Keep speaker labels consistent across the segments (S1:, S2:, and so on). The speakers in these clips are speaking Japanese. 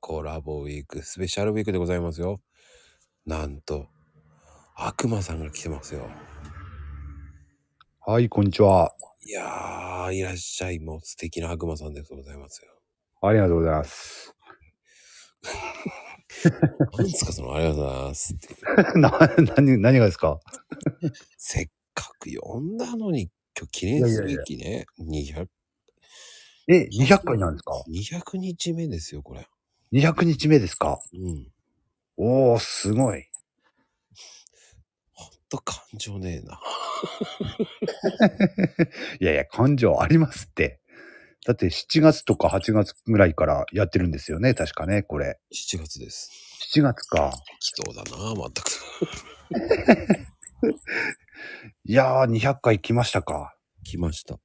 S1: コラボウィーク、スペシャルウィークでございますよ。なんと、悪魔さんが来てますよ。
S2: はい、こんにちは。
S1: いやー、いらっしゃい、もう素敵な悪魔さんでございますよ。
S2: ありがとうございます。
S1: 何ですか、その、ありがとうございますって。
S2: な、 何、何がですか
S1: せっかく呼んだのに、今日記念すべきね、200、
S2: え、200回なんですか
S1: 200日目ですよ、これ。
S2: ?200 日目ですか
S1: うん。
S2: おー、すごい。
S1: ほんと感情ねえな。
S2: いやいや、感情ありますって。だって7月とか8月ぐらいからやってるんですよね、確かね、これ。
S1: 7月です。
S2: 7月か。
S1: 適当だな、まったく。
S2: いやー、200回来ましたか。
S1: 来ました。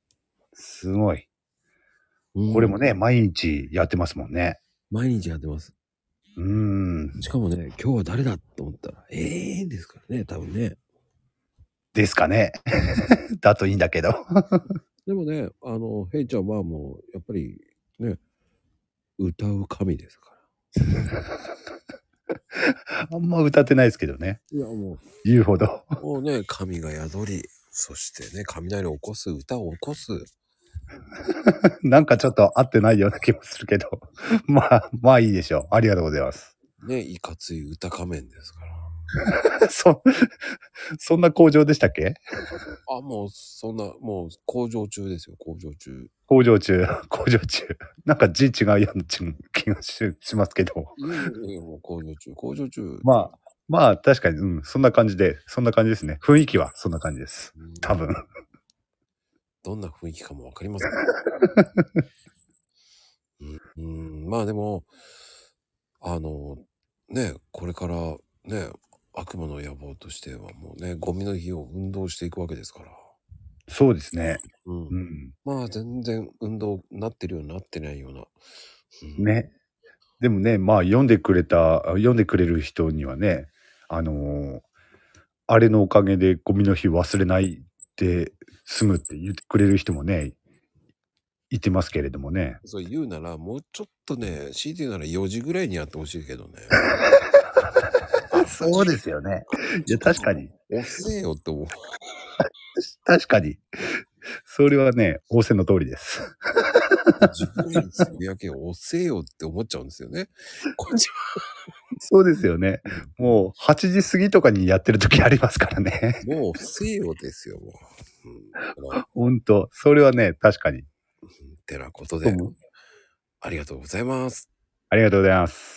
S2: すごい。
S1: うん
S2: これもね、毎日やってますもんね。
S1: 毎日やってます。
S2: うーん。
S1: しかもね、今日は誰だと思ったら、ええー、ですからね、多分ね。
S2: ですかね。 だといいんだけど。
S1: でもね、あの、ヘイちゃんはもう、やっぱりね、歌う神ですから。
S2: あんま歌ってないですけどね。
S1: いや、も
S2: 言うほど。
S1: う、もうね、神が宿り、そしてね、雷を起こす、歌を起こす。
S2: なんかちょっと合ってないような気もするけど。 まあ、まあいいでしょう。ありがとうございます。
S1: ね、いかつい歌仮面ですから。
S2: そ、そんな工場でしたっけ
S1: あ、もう、そんな、もう、工場中ですよ、工場中。
S2: 工場中、 工場中。なんか字違うような気がししますけど。
S1: いやいやいや、もう工場中、工場中。
S2: まあ、まあ確かに、うん、そんな感じで、そんな感じですね。雰囲気はそんな感じです。
S1: うん
S2: 多分。
S1: どんな雰囲気かもわかりません。うん、うんまあでも、あの、ね、これからね、悪魔の野望としてはもうね、ゴミの日を運動していくわけですから。
S2: そうですね。
S1: うん
S2: う、ん。
S1: まあ全然運動なってるようになってないような。うん、
S2: ね。でもね、まあ読んでくれた、読んでくれる人にはね、あのーあれのおかげでゴミの日忘れないで済むって言ってくれる人もね、いてますけれどもね。
S1: そう言うなら、もうちょっとね、強いて言うなら4時ぐらいにやってほしいけどね。
S2: そうですよね。いや、確かに。
S1: 遅えよって思う。
S2: 確かに。それはね、仰せの通りです。
S1: 自分らにつぶやけ遅えよって思っちゃうんですよね。こっち
S2: そうですよね。もう、8時過ぎとかにやってる時ありますからね。
S1: もうせよですよ、もう。うん、だから
S2: ほんと。それはね、確かに。
S1: てなことで
S2: どうも、
S1: ありがとうございます。
S2: ありがとうございます。